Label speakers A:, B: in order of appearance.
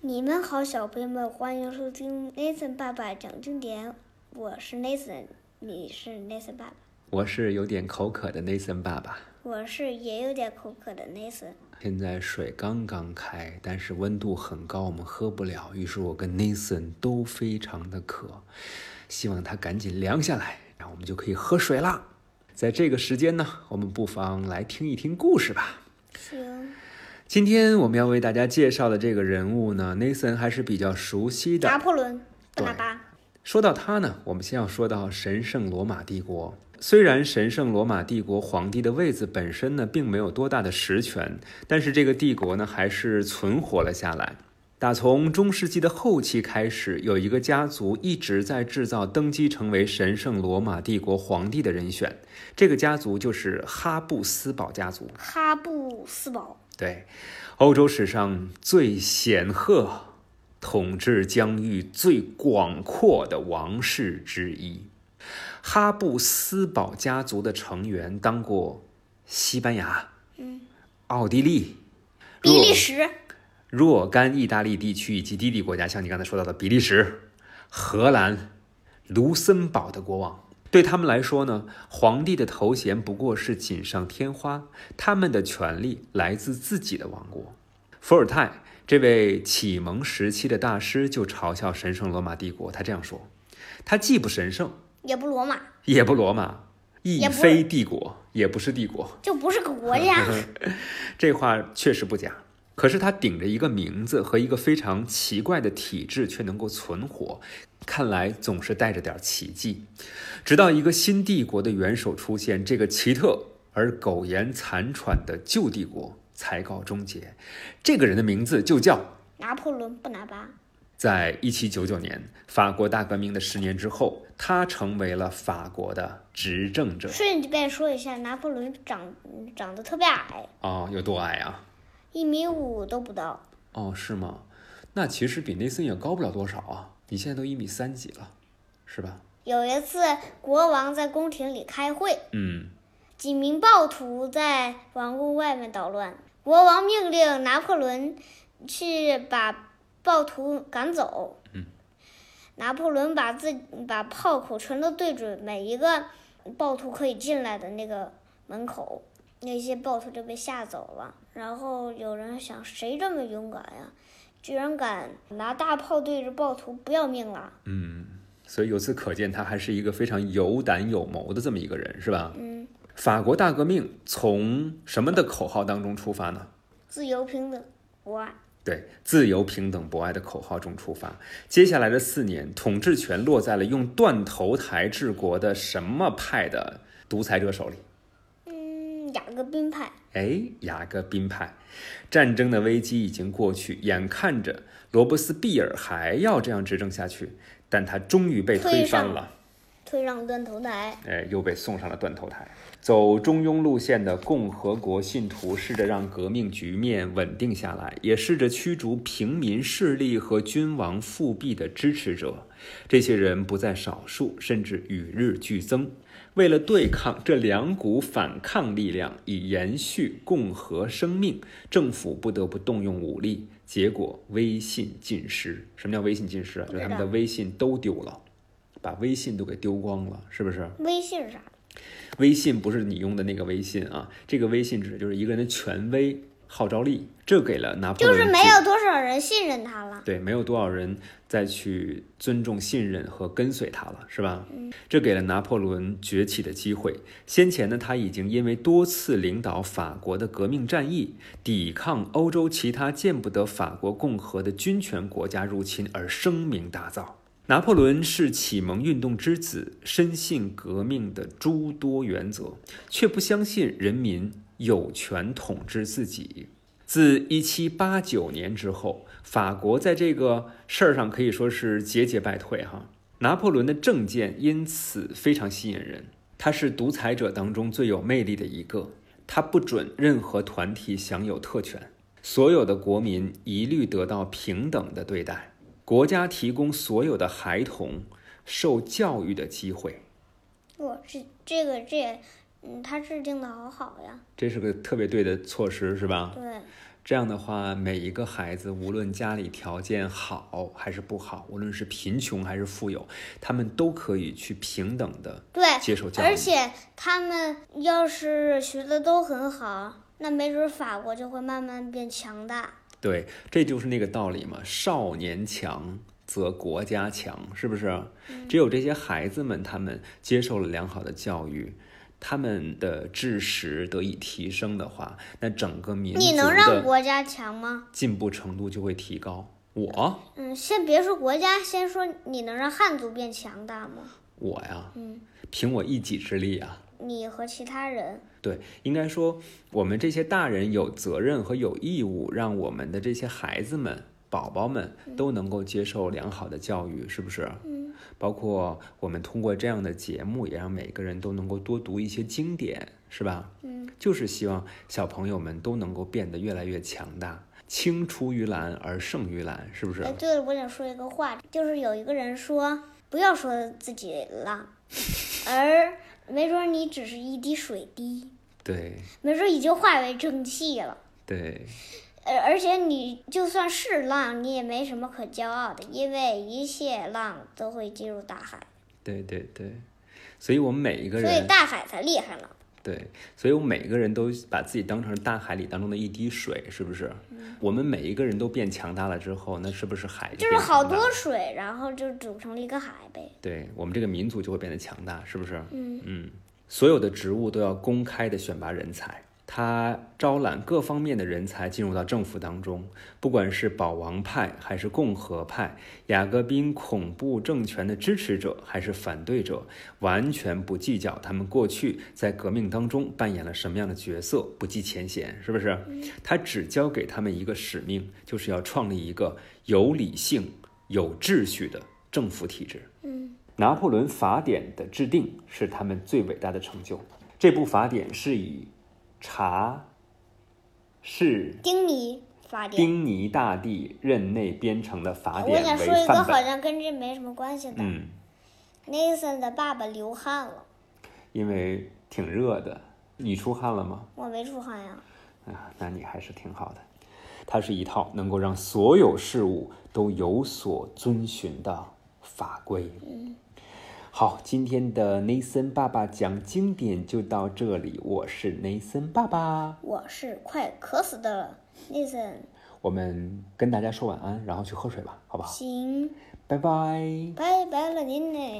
A: 你们好，小朋友们，欢迎收听 Nathan 爸爸讲经典，我是 Nathan，你是 Nathan 爸爸，
B: 我是有点口渴的 Nathan 爸爸。
A: 我是也有点口渴的 Nathan。
B: 现在水刚刚开，但是温度很高，我们喝不了。于是我跟 Nathan 都非常的渴，希望它赶紧凉下来，然后我们就可以喝水啦。在这个时间呢，我们不妨来听一听故事吧。
A: 行，
B: 今天我们要为大家介绍的这个人物呢，Nathan 还是比较熟悉的。
A: 拿破仑、
B: 对
A: 巴拿巴，
B: 说到他呢，我们先要说到神圣罗马帝国。虽然神圣罗马帝国皇帝的位子本身呢，并没有多大的实权，但是这个帝国呢，还是存活了下来。打从中世纪的后期开始，有一个家族一直在制造登基成为神圣罗马帝国皇帝的人选，这个家族就是哈布斯堡家族。
A: 哈布斯堡，
B: 对，欧洲史上最显赫、统治疆域最广阔的王室之一。哈布斯堡家族的成员当过西班牙、
A: 嗯
B: 奥地利、
A: 比
B: 若
A: 利时，
B: 若干意大利地区以及低地国家，像你刚才说到的比利时、荷兰、卢森堡的国王。对他们来说呢，皇帝的头衔不过是锦上添花，他们的权利来自自己的王国。伏尔泰这位启蒙时期的大师就嘲笑神圣罗马帝国，他这样说：“他既不神圣，
A: 也不罗马，
B: 也不罗马，亦
A: 也不
B: 非帝国，也不是帝国。”
A: 就不是个国家。
B: 这话确实不假。可是他顶着一个名字和一个非常奇怪的体制，却能够存活，看来总是带着点奇迹。直到一个新帝国的元首出现，这个奇特而苟延残喘的旧帝国才告终结。这个人的名字就叫
A: 拿破仑、不拿巴，
B: 在一七九九年法国大革命的十年之后，他成为了法国的执政者。
A: 顺便说一下，拿破仑长长得特别矮，
B: 哦，有多矮啊？
A: 一米五都不到。
B: 哦，是吗？那其实比内森也高不了多少啊。你现在都一米三几了，是吧？
A: 有一次，国王在宫廷里开会，
B: 嗯，
A: 几名暴徒在王宫外面捣乱，国王命令拿破仑去把暴徒赶走。拿破仑把自把炮口全都对准每一个暴徒可以进来的那个门口，那些暴徒就被吓走了。然后有人想，谁这么勇敢呀、居然敢拿大炮对着暴徒，不要命啊了！
B: 所以由此可见，他还是一个非常有胆有谋的这么一个人，是吧？
A: 嗯，
B: 法国大革命从什么的口号当中出发呢？
A: 自由平等，博爱。
B: 对自由、平等、博爱的口号中出发。接下来的四年，统治权落在了用断头台治国的什么派的独裁者手里？
A: 嗯，雅各宾派。
B: 哎，雅各宾派，战争的危机已经过去，眼看着罗伯斯庇尔还要这样执政下去，但他终于被推翻
A: 推上
B: 了，
A: 推让断头台，
B: 哎，又被送上了断头台。走中庸路线的共和国信徒试着让革命局面稳定下来，也试着驱逐平民势力和君王复辟的支持者。这些人不在少数，甚至与日俱增。为了对抗这两股反抗力量，以延续共和生命，政府不得不动用武力，结果威信尽失。什么叫威信尽失啊？就是他们的微信都丢了，把微信都给丢光了，是不是？
A: 微信是啥？
B: 微信不是你用的那个微信啊，这个微信指的就是一个人的权威、号召力，这给了拿破
A: 就
B: 仑
A: 是没
B: 极
A: 有多少人信任他了。
B: 对，没有多少人再去尊重、信任和跟随他了，是吧？这给了拿破仑崛起的机会。先前呢，他已经因为多次领导法国的革命战役，抵抗欧洲其他见不得法国共和的军权国家入侵而声名大噪。拿破仑是启蒙运动之子，深信革命的诸多原则，却不相信人民有权统治自己。自一七八九年之后，法国在这个事儿上可以说是节节败退哈。拿破仑的政见因此非常吸引人，他是独裁者当中最有魅力的一个。他不准任何团体享有特权，所有的国民一律得到平等的对待，国家提供所有的孩童受教育的机会。
A: 我这这个这也，嗯，他制定的好好呀。
B: 这是个特别对的措施，是吧？
A: 对，
B: 这样的话，每一个孩子无论家里条件好还是不好，无论是贫穷还是富有，他们都可以去平等的
A: 对，
B: 接受教育。
A: 而且他们要是学的都很好，那没准法国就会慢慢变强大。
B: 对，这就是那个道理嘛。少年强则国家强，是不是？
A: 嗯
B: 只有这些孩子们，他们接受了良好的教育，他们的知识得以提升的话，那整个民
A: 你
B: 族
A: 能让
B: 的
A: 国家强吗？
B: 进步程度就会提高。我，
A: 嗯，先别说国家，先说你能让汉族变强大吗？
B: 我呀，
A: 嗯
B: 凭我一己之力啊。
A: 你和其他人，
B: 对，应该说我们这些大人有责任和有义务，让我们的这些孩子们、宝宝们都能够接受良好的教育，是不是？
A: 嗯，
B: 包括我们通过这样的节目，也让每个人都能够多读一些经典，是吧？
A: 嗯，
B: 就是希望小朋友们都能够变得越来越强大，青出于蓝而胜于蓝，是不是
A: 哎，？对了，我想说一个话，就是有一个人说，不要说自己浪，而没准你只是一滴水滴，
B: 对
A: 没准已经化为蒸汽了。
B: 对
A: 而而且你就算是浪，你也没什么可骄傲的，因为一切浪都会进入大海，
B: 对对对，所以我们每一个
A: 所以
B: 人
A: 大海才厉害呢。
B: 对，所以我们每一个人都把自己当成大海里当中的一滴水，是不是？我们每一个人都变强大了之后，那是不是海就
A: 嗯就是
B: 变
A: 好
B: 强大
A: 多
B: 了
A: 水，然后就组成了一个海呗。
B: 对我们这个民族就会变得强大，是不是？
A: 嗯
B: 嗯，所有的职务都要公开的选拔人才，他招揽各方面的人才进入到政府当中，不管是保王派还是共和派，雅各宾恐怖政权的支持者还是反对者，完全不计较他们过去在革命当中扮演了什么样的角色，不计前嫌，是不是？他只交给他们一个使命，就是要创立一个有理性、有秩序的政府体制。
A: 嗯，
B: 拿破仑法典的制定是他们最伟大的成就。这部法典是以查士
A: 丁尼法典，
B: 丁尼大帝任内编成的法
A: 我
B: 典
A: 想说
B: 为
A: 一个
B: 范
A: 好
B: 本。
A: 像跟这没什么关系的。
B: 嗯，
A: Nathan 的爸爸流汗了，
B: 因为挺热的，你出汗了吗？
A: 我没出汗呀。
B: 啊，那你还是挺好的。它是一套能够让所有事物都有所遵循的法规。好，今天的 Nathan 爸爸讲经典就到这里，我是 Nathan 爸爸，
A: 我是快渴死的了，Nathan。
B: 我们跟大家说晚安，然后去喝水吧，好不好？
A: 行，
B: 拜拜。
A: 拜拜了您嘞。